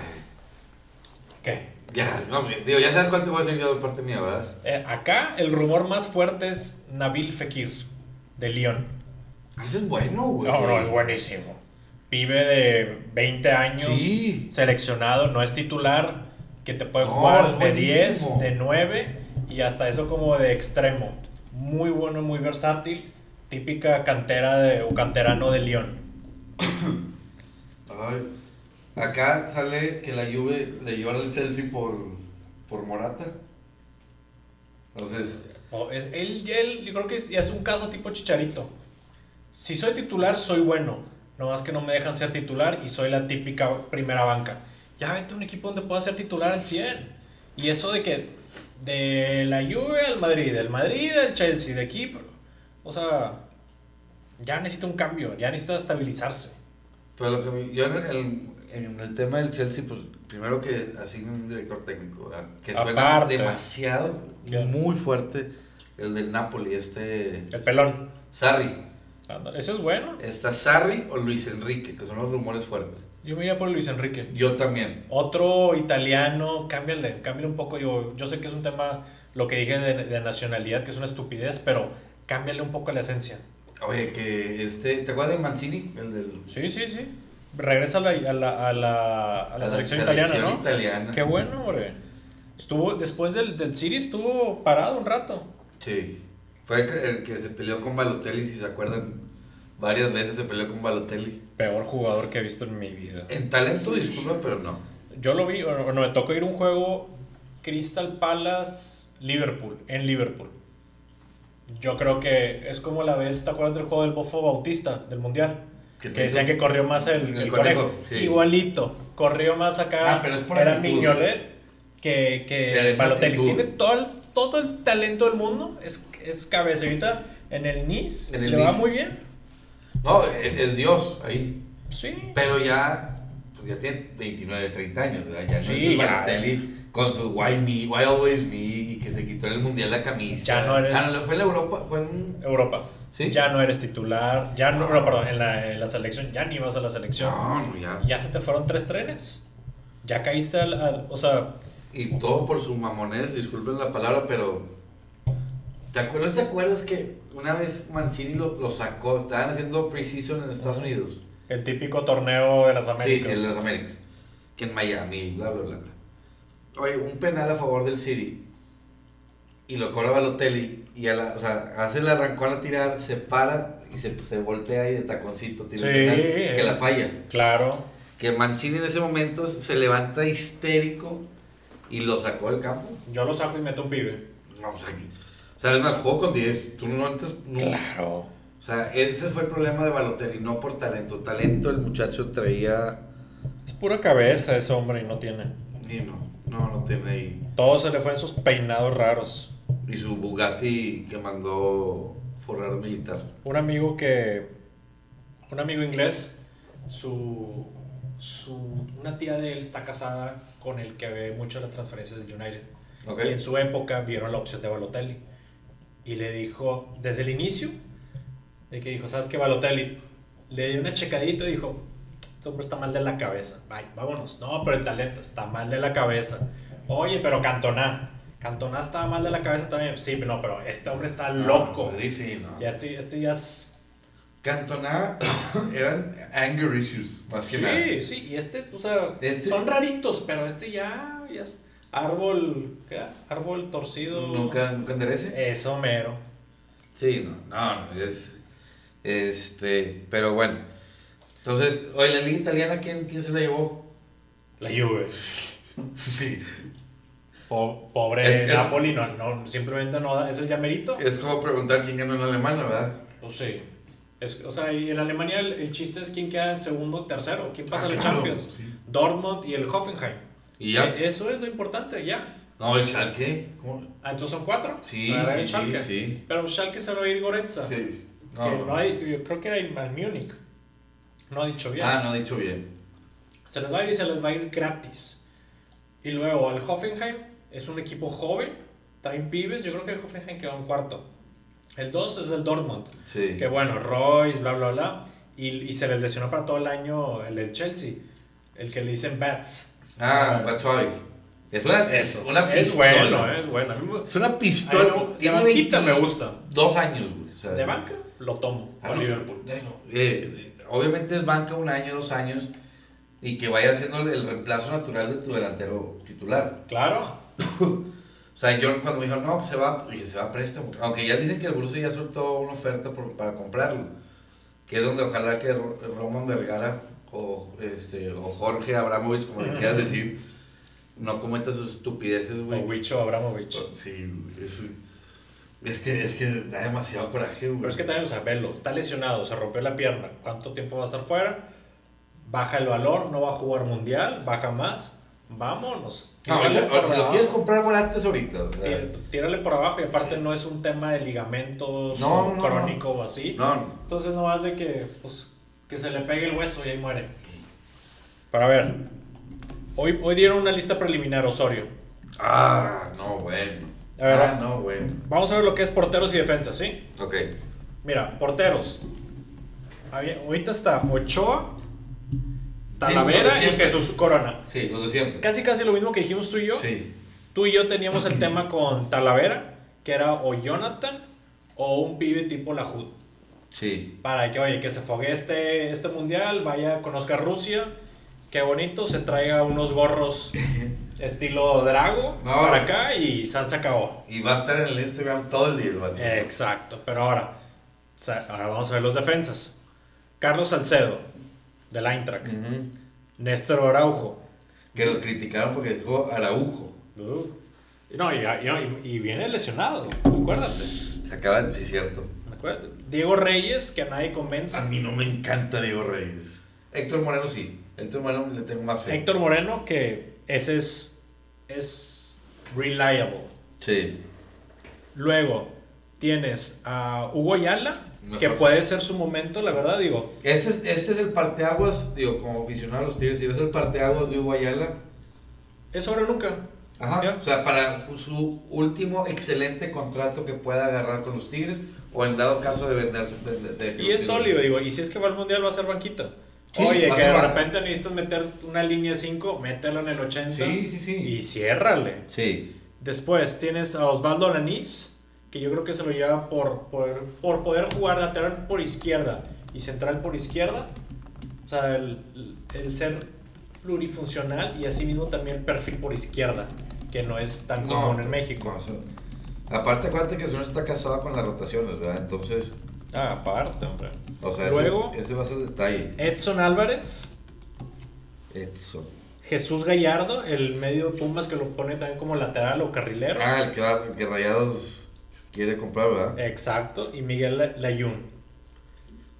S1: ¿Qué?
S2: ya, no, hombre, digo, ya sabes cuánto voy a decir yo de parte mía, ¿verdad?
S1: Eh, acá el rumor más fuerte es Nabil Fekir, de Lyon.
S2: Ah, Eso es bueno, güey.
S1: No, no, es buenísimo. Pibe de 20 años,
S2: Sí.
S1: seleccionado, no es titular, que te puede
S2: No,
S1: jugar
S2: es
S1: de
S2: buenísimo.
S1: 10, de 9 y hasta eso como de extremo. Muy bueno, muy versátil, típica cantera de, o canterano de Lyon.
S2: Ay, acá sale que la Juve le llevó al Chelsea por, por Morata. Entonces,
S1: No, es- él, él- yo creo que es, es un caso tipo chicharito. Si soy titular, soy bueno. Nomás que no me dejan ser titular y soy la típica primera banca. Ya vete a un equipo donde pueda ser titular al 100. Y eso de que de la Juve al Madrid, del Madrid al Chelsea, de aquí. pero, O sea, ya necesita un cambio, ya necesita estabilizarse.
S2: pero Pues lo que me- yo en el, en el tema del Chelsea, pues primero que asignen un director técnico, ¿verdad? que suena
S1: Aparte.
S2: demasiado,
S1: ¿Quién?
S2: muy fuerte, el del Napoli, este
S1: El pelón.
S2: Sarri.
S1: Ándale, Eso es bueno.
S2: Está Sarri o Luis Enrique, que son los rumores fuertes.
S1: Yo me iría por Luis Enrique.
S2: Yo también.
S1: Otro italiano, cámbiale, cámbiale un poco. Digo, yo sé que es un tema, lo que dije de, de nacionalidad, que es una estupidez, pero cámbiale un poco la esencia.
S2: Oye, que este, ¿te acuerdas de Mancini? El del
S1: Sí, sí, sí. Regresa a la, a la, a la- a la selección italiana, ¿no?
S2: italiana.
S1: Qué bueno, hombre. Estuvo, después del, del City estuvo parado un rato.
S2: Sí. Fue el que, el que se peleó con Balotelli, si se acuerdan. Varias veces se peleó con Balotelli.
S1: Peor jugador que he visto en mi vida.
S2: En talento, disculpa, pero no.
S1: Yo lo vi, bueno, me tocó ir a un juego Crystal Palace Liverpool, en Liverpool. Yo creo que es como la vez, ¿te acuerdas del juego del Bofo Bautista del Mundial?
S2: Que
S1: Que decían que corrió más el,
S2: El
S1: el
S2: conejo,
S1: conejo.
S2: sí.
S1: Igualito. Corrió más acá.
S2: Ah, pero es por
S1: era
S2: actitud.
S1: Mignolet que,
S2: Pero
S1: que
S2: es
S1: Balotelli.
S2: actitud.
S1: Tiene todo el, todo el talento del mundo. Es, es cabeza. Ahorita en el Nice
S2: En el
S1: le va
S2: Nice.
S1: muy bien.
S2: No, es, es Dios ahí.
S1: Sí.
S2: Pero ya, pues ya tiene 29, 30 años, ¿verdad? Ya no
S1: Sí,
S2: es el
S1: ya.
S2: Balotelli con su Why Me, Why Always Me, y que se quitó en el Mundial la camisa.
S1: Ya no eres-
S2: Ah, no, fue en la Europa, fue en...
S1: Europa.
S2: ¿Sí?
S1: Ya no eres titular. Ya no, no, perdón, en la, en la selección. Ya ni vas a la selección.
S2: No, no, ya.
S1: Ya se te fueron tres trenes. Ya caíste al. al- o sea,
S2: Y todo por su mamonés, disculpen la palabra, pero... ¿Te acuerdas, te acuerdas que una vez Mancini lo, lo sacó? Estaban haciendo preseason en Estados Unidos.
S1: el típico torneo de las
S2: Sí, sí,
S1: Américas.
S2: en las Américas. Que en Miami, bla, bla, bla. bla. Oye, un penal a favor del City. Y lo cobra Balotelli. Y a la, o sea, hace el arrancón a tirar, se para y se, se voltea y de taconcito tira el
S1: Sí. eh.
S2: penal, que la falla.
S1: Claro.
S2: Que Mancini en ese momento se levanta histérico y lo sacó del campo.
S1: Yo lo saco y meto un pibe.
S2: No, o sea, que- o sea, es más, jugó con 10. Tú no entras. no.
S1: Claro.
S2: O sea, ese fue el problema de Balotelli, no por talento. Talento el muchacho traía.
S1: Es pura cabeza ese hombre y no tiene.
S2: Ni no, no, no tiene ahí.
S1: Todo se le fue en sus peinados raros.
S2: Y su Bugatti que mandó forrar militar.
S1: Un amigo que. Un amigo inglés, su. su una tía de él está casada con el que ve mucho las transferencias de United.
S2: Ok.
S1: Y en su época vieron la opción de Balotelli. Y le dijo, desde el inicio, de que dijo, ¿sabes qué, Balotelli? Le dio una checadita y dijo, este hombre está mal de la cabeza. Bye, vámonos. No, pero el talento está mal de la cabeza. Oye, pero Cantona. Cantona estaba mal de la cabeza también. Sí, pero no, pero este hombre está
S2: Ah,
S1: loco.
S2: Sí, sí, no.
S1: Ya estoy, este ya es...
S2: Cantona eran anger issues, más que nada.
S1: Sí, sí, y este, o sea,
S2: Este-
S1: son raritos, pero este ya, ya es árbol, ¿qué? Árbol torcido.
S2: Nunca, nunca enderece.
S1: Eso mero.
S2: Sí, no, no, no, es. Este, pero bueno. Entonces, oye, la liga italiana, ¿quién, quién se la llevó?
S1: La Juve.
S2: Sí.
S1: Po- pobre
S2: Es- es-
S1: Napoli, no, no, simplemente no da. Eso ya merito.
S2: Es como preguntar quién ganó en Alemania, ¿verdad?
S1: O Pues sí. Es- o sea, y en Alemania el, el chiste es quién queda en segundo, tercero, quién pasa
S2: Ah,
S1: a los
S2: claro,
S1: Champions.
S2: sí.
S1: Dortmund y el Hoffenheim.
S2: Y ya.
S1: E- Eso es lo importante, ya.
S2: No, el Schalke. ¿Cómo?
S1: Ah, entonces son cuatro.
S2: Sí,
S1: Para ver
S2: sí,
S1: el Schalke.
S2: sí.
S1: Pero Schalke se va a ir Goretza.
S2: Sí.
S1: que no hay, yo creo que era el al Múnich. No ha dicho bien.
S2: Ah, no, dicho bien.
S1: Se les va a ir y se les va a ir gratis. Y luego al Hoffenheim es un equipo joven, traen pibes. Yo creo que el Hoffenheim quedó en cuarto. El 2 es el Dortmund.
S2: Sí.
S1: Que bueno, Royce, bla, bla, bla. Y, y se les lesionó para todo el año el del Chelsea. El que le dicen Bats.
S2: Ah, Batshuayi. Es una,
S1: Eso.
S2: una pistola.
S1: es bueno, es bueno. A mí me-
S2: Es una
S1: Ay,
S2: pistola.
S1: no, de banquita me gusta.
S2: Dos años, güey. O sea,
S1: De banca, lo tomo.
S2: Ah,
S1: al
S2: no,
S1: Liverpool.
S2: eh, no, eh, eh, obviamente es banca un año, dos años. Y que vaya haciendo el reemplazo natural de tu delantero titular.
S1: Claro.
S2: O sea, yo cuando me dijo, no, pues se va, dije, se va a préstamo. Aunque ya dicen que el Bursa ya soltó una oferta por- para comprarlo. Que es donde ojalá que Ro- Roman Vergara o, este, o Jorge Abramovich, como le quieras decir, no cometa sus estupideces,
S1: O
S2: güey.
S1: Wicho Abramovich.
S2: Sí, es, es, que, es que da demasiado coraje, güey.
S1: Pero es que también, o sea, verlo. Está lesionado, se rompió la pierna. ¿Cuánto tiempo va a estar fuera? Baja el valor, no va a jugar mundial, baja más. Vámonos.
S2: No, ahorita-
S1: Tírale por
S2: si lo
S1: abajo.
S2: quieres comprar antes ahorita. o sea,
S1: Tí- Tírale por abajo y aparte no es un tema de ligamentos
S2: No,
S1: o
S2: no, no.
S1: crónico o así.
S2: no, no.
S1: Entonces no hace que, pues, que se le pegue el hueso y ahí muere. Para ver, hoy, hoy dieron una lista preliminar, Osorio.
S2: Ah, no, bueno.
S1: A ver,
S2: ah, no, bueno.
S1: Vamos a ver lo que es porteros y defensas, ¿sí?
S2: Ok.
S1: Mira, porteros. Había- ahorita está Ochoa, Talavera
S2: Sí,
S1: y
S2: siempre.
S1: Jesús Corona.
S2: Sí, los de siempre.
S1: Casi casi lo mismo que dijimos tú y yo.
S2: Sí.
S1: Tú y yo teníamos el tema con Talavera, que era o Jonathan o un pibe tipo la Hood.
S2: Sí.
S1: Para que, oye, que se fogue este, este mundial, vaya, conozca Rusia, qué bonito, se traiga unos gorros estilo Drago
S2: No.
S1: para acá y San se acabó.
S2: Y va a estar en el Instagram todo el día el vato.
S1: Eh. Exacto, pero ahora, sa- ahora vamos a ver los defensas. Carlos Salcedo, del Eintracht.
S2: Ujú.
S1: Néstor Araujo.
S2: Que lo criticaron porque dijo Araujo.
S1: Uh, No, y, y- y viene lesionado, acuérdate.
S2: Acaban, sí, cierto.
S1: Acuérdate, Ah, Diego Reyes, que a nadie convence.
S2: A mí no me encanta Diego Reyes. Héctor Moreno sí. Héctor Moreno le tengo más fe.
S1: Héctor Moreno, que ese es, es reliable.
S2: Sí.
S1: Luego tienes a Hugo Yala,
S2: Mejor
S1: que
S2: sí.
S1: puede ser su momento, la verdad, digo.
S2: Este es, este es el parteaguas, digo, como aficionado a los Tigres, si ves el parteaguas de Hugo Ayala.
S1: Es ahora o nunca.
S2: Ajá.
S1: Ya.
S2: O sea, para su último excelente contrato que pueda agarrar con los Tigres, o en dado caso de venderse. de- de- de que
S1: Y es
S2: los Tigres-
S1: sólido, digo. Y si es que va al mundial, va a ser banquita.
S2: Sí,
S1: Oye,
S2: va a
S1: que
S2: ser
S1: de
S2: banca.
S1: repente necesitas meter una línea 5, métela en el 80.
S2: Sí, sí, sí.
S1: Y ciérrale.
S2: Sí.
S1: Después tienes a Osvaldo Alanís, que yo creo que se lo lleva por poder, por poder jugar lateral por izquierda y central por izquierda. O sea, el, el ser plurifuncional y asimismo también perfil por izquierda, que no es tan común en México.
S2: no, o sea, aparte, acuérdate que Zona está casada con las rotaciones, ¿verdad? Entonces,
S1: Ah, aparte, hombre.
S2: o sea, ese-
S1: Luego-
S2: ese, va a ser el detalle.
S1: Edson Álvarez,
S2: Edson.
S1: Jesús Gallardo, el medio de Pumas que lo pone también como lateral o carrilero.
S2: Ah, el que, va- el que Rayados quiere comprar, ¿verdad?
S1: Eh. Exacto, y Miguel La- Layún.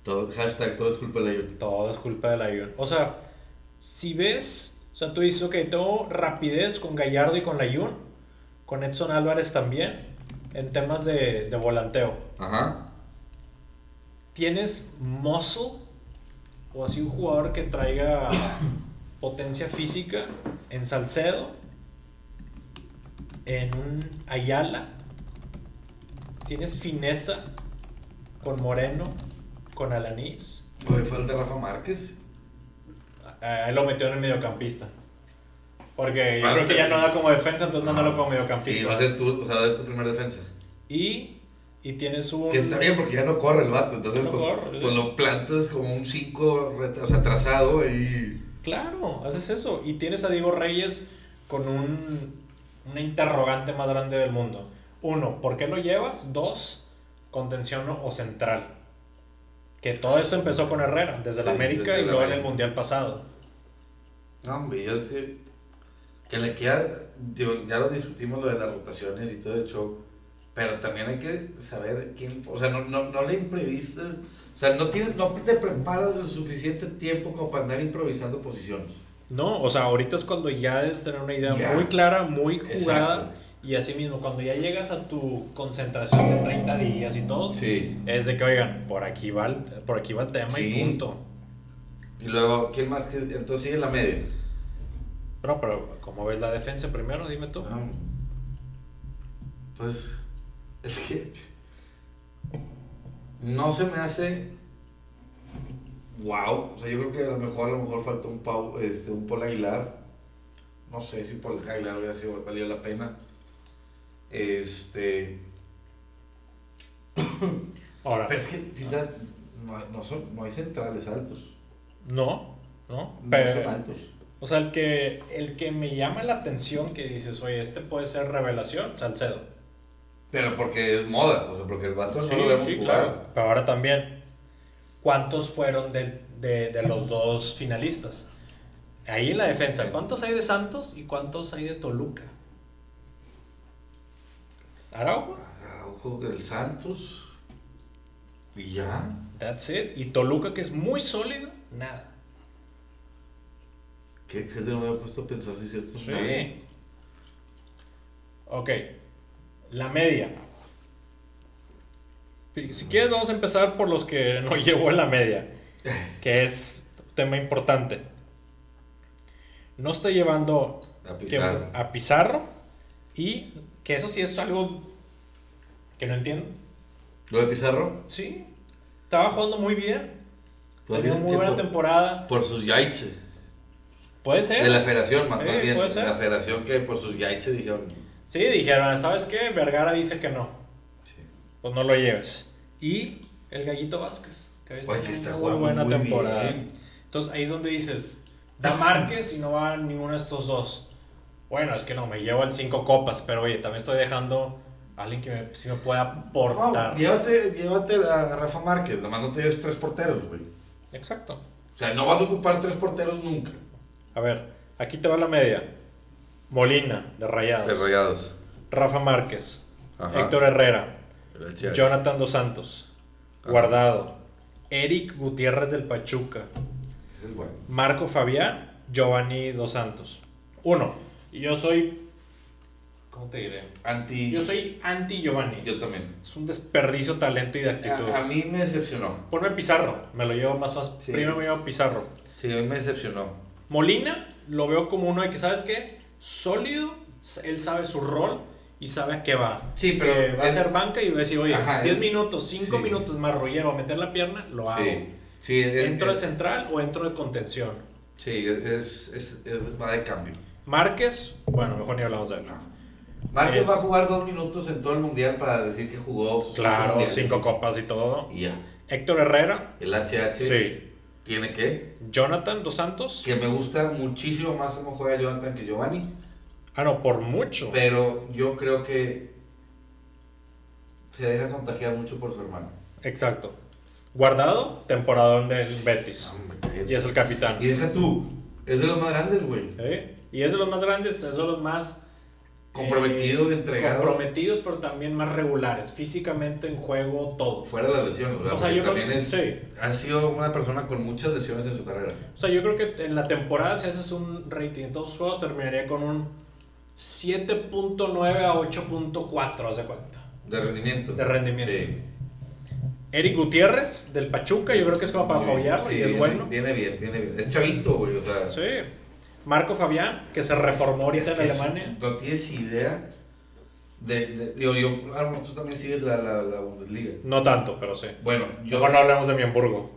S2: Todo, hashtag, todo es culpa de ellos.
S1: Todo es culpa del Ayun. O sea, si ves, o sea, tú dices, ok, tengo rapidez con Gallardo y con Ayun, con Edson Álvarez también, en temas de, de volanteo.
S2: Ajá.
S1: ¿Tienes muscle o así un jugador que traiga potencia física en Salcedo, en un Ayala? ¿Tienes fineza con Moreno, con Alanis?
S2: Oye, falta Rafa Márquez.
S1: A él lo metió en el mediocampista. Porque yo
S2: Ah,
S1: creo que ya
S2: pero-
S1: Pues no da como defensa, entonces mándalo como
S2: Sí, va
S1: mediocampista.
S2: a ser tu, o sea, va a ser tu primer defensa.
S1: y, y tienes un.
S2: Que está bien porque ya no corre el vato, entonces
S1: No
S2: pues,
S1: corre.
S2: pues lo plantas como un 5 o sea, atrasado y...
S1: Claro, haces eso. Y tienes a Diego Reyes con un. Una interrogante más grande del mundo. Uno, ¿por qué lo llevas? Dos, contención o central. Que todo esto empezó con Herrera, desde la
S2: Sí,
S1: América
S2: desde
S1: y
S2: la
S1: luego en el
S2: América.
S1: Mundial pasado.
S2: No, hombre, yo es que, que le queda, digo, ya lo discutimos lo de las rotaciones y todo el show, pero también hay que saber quién, o sea, no, no, no le imprevistas, o sea, no, tienes, no te preparas lo suficiente tiempo como para andar improvisando posiciones.
S1: No, o sea, ahorita es cuando ya debes tener una idea
S2: Ya.
S1: muy clara, muy jugada.
S2: Exacto.
S1: Y así mismo, cuando ya llegas a tu concentración de 30 días y todo,
S2: Sí.
S1: es de que, oigan, por aquí va el, por aquí va el tema
S2: Sí.
S1: y punto.
S2: Y luego, ¿quién más? que- Entonces sigue la media.
S1: Pero, pero, ¿cómo ves la defensa primero? Dime tú.
S2: Ah, Pues es que no se me hace wow. O sea, yo creo que a lo mejor a lo mejor falta un Pau, este, un Paul Aguilar. No sé si Paul Aguilar hubiera sido valido la pena. Este,
S1: Ahora,
S2: pero es que si te- no, no son, no hay centrales altos.
S1: no, no,
S2: No
S1: pero,
S2: son altos.
S1: o sea, el que, el que me llama la atención que dices, oye, este puede ser revelación, Salcedo.
S2: Pero porque es moda, o sea, porque el vato
S1: Sí,
S2: no lo vemos
S1: sí,
S2: jugar.
S1: claro. Pero ahora también, ¿cuántos fueron de, de- de los dos finalistas? Ahí en la defensa, ¿cuántos hay de Santos y cuántos hay de Toluca? Araujo,
S2: Araujo del Santos. Y ya.
S1: that's it. Y Toluca, que es muy sólido, nada.
S2: ¿Qué? Fíjate, no me había puesto a pensar si es cierto.
S1: Sí. Pues Ok. La media. Si quieres, vamos a empezar por los que no llevó en la media. Que es un tema importante. No está llevando
S2: A
S1: que-
S2: Pizarro.
S1: a Pizarro. Y que eso sí es algo que no entiendo.
S2: ¿Lo de Pizarro?
S1: Sí. Estaba jugando muy bien.
S2: Pues
S1: Tenía
S2: bien,
S1: muy
S2: que
S1: buena
S2: por-
S1: temporada.
S2: Por sus yaitse.
S1: Puede ser.
S2: De la federación, más,
S1: Eh,
S2: más bien.
S1: puede ser.
S2: La federación que por sus yaitse dijeron.
S1: Sí, dijeron, ¿sabes qué? Vergara dice que no.
S2: Sí.
S1: pues no lo lleves. Y el Gallito Vázquez, que había
S2: Oye,
S1: tenido
S2: que está
S1: muy
S2: jugando
S1: buena
S2: muy
S1: temporada.
S2: bien.
S1: Entonces ahí es donde dices, da Márquez y no va ninguno de estos dos. Bueno, es que no, me llevo al cinco copas, pero oye, también estoy dejando a alguien que me, si me pueda aportar.
S2: No, llévate, llévate a Rafa Márquez. Nomás no te lleves tres porteros, güey.
S1: Exacto.
S2: O sea, no vas a ocupar tres porteros nunca.
S1: A ver, aquí te va la media. Molina, de Rayados.
S2: rayados.
S1: Rafa Márquez.
S2: Ajá.
S1: Héctor Herrera. Jonathan Dos Santos. Guardado. Eric Gutiérrez del Pachuca.
S2: Ese es bueno.
S1: Marco Fabián, Giovanni Dos Santos. Uno. Y yo soy. ¿Cómo te diré?
S2: Anti.
S1: Yo soy anti Giovanni.
S2: Yo también.
S1: Es un desperdicio de talento y de actitud.
S2: A, a mí me decepcionó.
S1: Ponme Pizarro. Me lo llevo más fácil.
S2: Sí.
S1: Primero me llevo Pizarro.
S2: Sí, a mí me decepcionó.
S1: Molina lo veo como uno de que, ¿sabes qué? Sólido, s- él sabe su rol y sabe a qué va.
S2: Sí, pero
S1: Que va a
S2: es-
S1: ser banca y va a decir, oye,
S2: Ajá,
S1: 10
S2: es-
S1: minutos, 5
S2: sí.
S1: minutos más rollero a meter la pierna, lo hago.
S2: Sí. Sí, es,
S1: ¿Entro de
S2: es-
S1: central o entro de contención?
S2: sí, es, es- es- va de cambio.
S1: Márquez, bueno, mejor ni hablamos de él.
S2: Márquez
S1: Eh.
S2: va a jugar dos minutos en todo el mundial para decir que jugó. cinco
S1: Claro,
S2: mundiales.
S1: cinco copas y todo.
S2: Y ya.
S1: Héctor Herrera,
S2: El HH
S1: sí.
S2: tiene que.
S1: Jonathan Dos Santos,
S2: que me gusta muchísimo más cómo juega Jonathan que Giovanni,
S1: ah, no, por mucho.
S2: pero yo creo que se deja contagiar mucho por su hermano.
S1: Exacto. Guardado, temporadón del Betis. Y es el capitán.
S2: Y deja tú, es de los más grandes, güey.
S1: ¿Eh? Y es de los más grandes, es de los más
S2: Comprometido,
S1: Eh,
S2: entregado.
S1: comprometidos, pero también más regulares, físicamente en juego, todo.
S2: Fuera de las lesiones, ¿verdad?
S1: O sea,
S2: Porque
S1: yo
S2: también
S1: creo-
S2: es,
S1: sí.
S2: ha sido una persona con muchas lesiones en su carrera.
S1: O sea, yo creo que en la temporada, si haces un rating de todos los juegos, terminaría con un 7.9 a 8.4, hace cuánto.
S2: De rendimiento.
S1: De rendimiento.
S2: Sí.
S1: Eric Gutiérrez, del Pachuca, yo creo que es como para
S2: Muy bien,
S1: foguearlo
S2: sí,
S1: y es
S2: viene-
S1: bueno.
S2: Viene bien, viene bien. Es chavito, güey. O sea,
S1: Sí. Marco Fabián, que se reformó ahorita
S2: Es
S1: en
S2: que es-
S1: Alemania.
S2: No tienes idea de. de- digo, yo, Arnold, tú también sigues la, la, la Bundesliga.
S1: No tanto, pero sí.
S2: Bueno, yo,
S1: Mejor no hablemos de mi Hamburgo,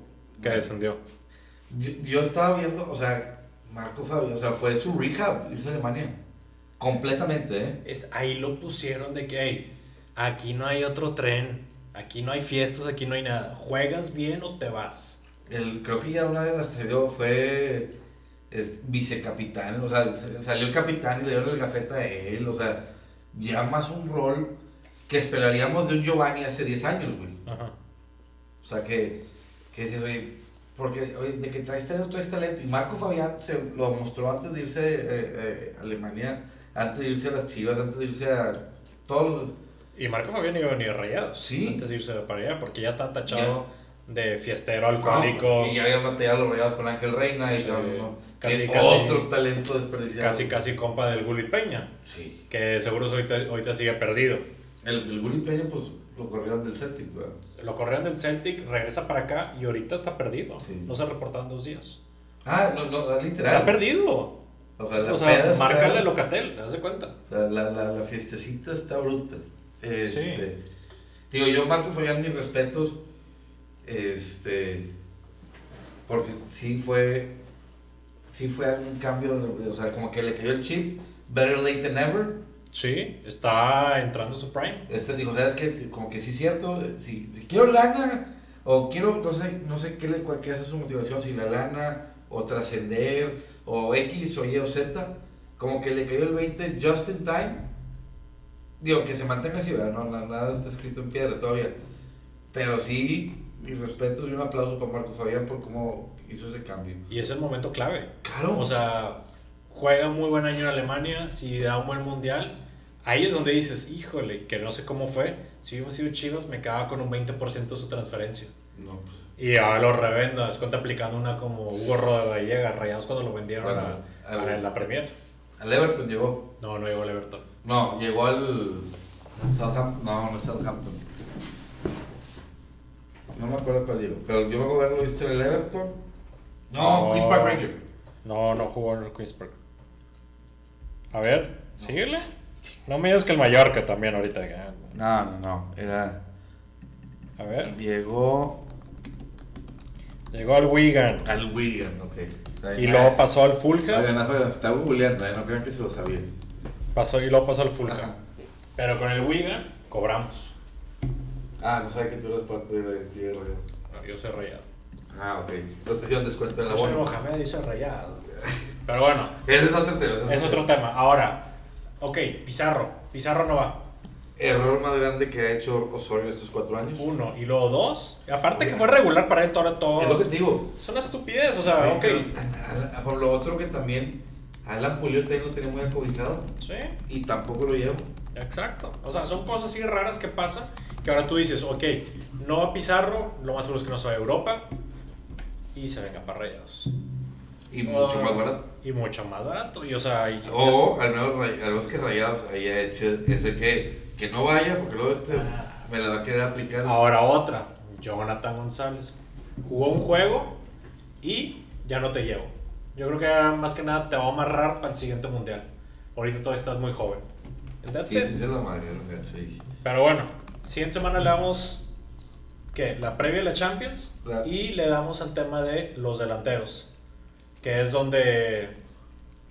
S1: que descendió.
S2: yo, yo estaba viendo, o sea, Marco Fabio, o sea, fue su rehab irse a Alemania. Completamente, ¿eh?
S1: Es, ahí lo pusieron de que, "Ey, aquí no hay otro tren, aquí no hay fiestas, aquí no hay nada. ¿Juegas bien o te vas?
S2: El, creo que ya una vez ascendió, fue es, vicecapitán, o sea, se- salió el capitán y le dieron el gafeta a él, o sea, ya más un rol que esperaríamos de un Giovanni hace 10 años, güey.
S1: Ajá.
S2: O sea, que, que dices, oye, porque oye, de que traes talento, traes talento. Y Marco Fabián se lo mostró antes de irse eh, eh, a Alemania, antes de irse a las Chivas, antes de irse a todos los...
S1: Y Marco Fabián iba a venir rayado.
S2: Sí.
S1: Antes de irse para allá, porque ya está tachado de fiestero, alcohólico.
S2: No, pues, y ya habían batallado los rayados con Ángel Reina y
S1: Sí.
S2: cabrón, ¿no?
S1: Casi,
S2: Que
S1: casi.
S2: otro talento desperdiciado.
S1: Casi, casi compa del Gullit Peña,
S2: Sí.
S1: que seguro ahorita, ahorita sigue perdido.
S2: El, el Gullit Peña, pues, lo corrieron del Celtic, ¿verdad?
S1: Lo corrieron del Celtic, regresa para acá y ahorita está perdido.
S2: Sí.
S1: No se reportaban dos días.
S2: Ah, no, no, literal.
S1: Está perdido.
S2: O sea, la
S1: o sea,
S2: peda está-
S1: márcale a Locatel, haz de cuenta.
S2: O sea, la, la, la fiestecita está bruta. Este, Digo, yo Marco Fabián, mis respetos. Este. Porque sí fue. Sí fue un cambio. de- de- o sea, como que le cayó el chip. Better late than ever.
S1: Sí, está entrando su prime.
S2: Este dijo, ¿sabes qué? Como que sí es cierto. Si, si quiero lana. O quiero, no sé, no sé qué le cuál que hace su motivación. Si la lana. O trascender. O X o Y o Z. Como que le cayó el 20 just in time. Digo, que se mantenga así, ¿verdad? No, na- nada está escrito en piedra todavía. Pero sí, mis respetos y un aplauso para Marco Fabián por cómo hizo ese cambio.
S1: Y es el momento clave.
S2: Claro.
S1: O sea, juega un muy buen año en Alemania, si da un buen mundial. Ahí es donde dices, híjole, que no sé cómo fue. Si hubiera sido Chivas, me quedaba con un 20% de su transferencia.
S2: no, pues.
S1: Y ahora lo revendo, es cuenta aplicando una como Hugo Rodallega, rayados cuando lo vendieron
S2: Bueno,
S1: a,
S2: a
S1: a
S2: ver.
S1: la Premier.
S2: Al Everton llegó.
S1: No, no llegó el Everton.
S2: No, llegó al. Southampton. No, no es Southampton. No me acuerdo cuál llegó. Pero yo me acuerdo haberlo visto en el Everton. No,
S1: No.
S2: Queen's Park Ranger.
S1: No, no jugó en el Queen's Park. A ver, síguele. No me digas que el Mallorca también ahorita.
S2: No, no, no. Era.
S1: A ver,
S2: Llegó
S1: llegó al Wigan
S2: al Wigan, ok.
S1: y luego pasó al Fulham.
S2: Adriana está googleando, ¿eh? no crean que se lo sabía.
S1: Pasó y lo pasó al Fulham.
S2: Ajá.
S1: Pero con el Wigan cobramos.
S2: Ah, no sabe que tú eres parte de la Liga de Rayados.
S1: Yo soy rayado.
S2: Ah, ok. Entonces te dieron descuento en la
S1: Yo soy
S2: bola.
S1: Mohamed y soy rayado. Pero bueno,
S2: Ese es otro tema. ese
S1: es otro tema. Ahora, ok, Pizarro. Pizarro no va.
S2: Error más grande que ha hecho Osorio estos cuatro años.
S1: Uno. Y luego dos. Y aparte que fue regular para él todo.
S2: Es lo
S1: todo.
S2: que te digo.
S1: Es una estupidez, o sea, ok.
S2: Pero, a- a- Por lo otro que también Alan Pulió también lo tenía muy acobijado
S1: Sí,
S2: y tampoco lo llevo.
S1: exacto. O sea, son cosas así raras que pasan que ahora tú dices, ok, no va Pizarro, lo más seguro es que no se vaya a Europa y se venga para Rayados.
S2: Y mucho
S1: O-
S2: más barato.
S1: Y mucho más barato. Y o sea, y-
S2: O al menos, Ray- al menos que Rayados haya hecho ese que, que no vaya, porque luego este me la va a querer aplicar.
S1: Ahora otra, Jonathan González. Jugó un juego y ya no te llevo. Yo creo que más que nada te va a amarrar para el siguiente mundial. Ahorita todavía estás muy joven. And that's
S2: Sí,
S1: it.
S2: sí, se la madre, no gacho. y-
S1: Pero bueno, siguiente semana le damos ¿qué? la previa de la Champions
S2: La-
S1: y le damos al tema de los delanteros. Que es donde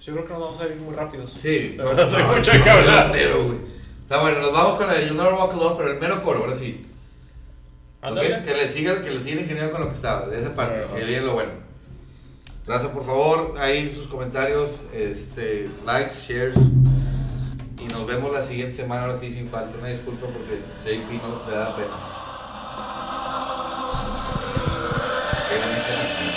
S1: yo creo que nos vamos a ir muy rápidos.
S2: Sí,
S1: La verdad, no hay mucho que hablar.
S2: delantero, güey. Está bueno, nos vamos con la de Junior Buckle Up, pero el mero coro, ahora sí.
S1: Ándale.
S2: Ok, Que le siga, que le siga en general con lo que estaba, de esa parte,
S1: Ajá.
S2: que viene lo bueno. Gracias, por favor, ahí sus comentarios, este, likes, shares. Y nos vemos la siguiente semana, ahora sí, sin falta. Una disculpa porque JP no le da pena. Qué bonita canción.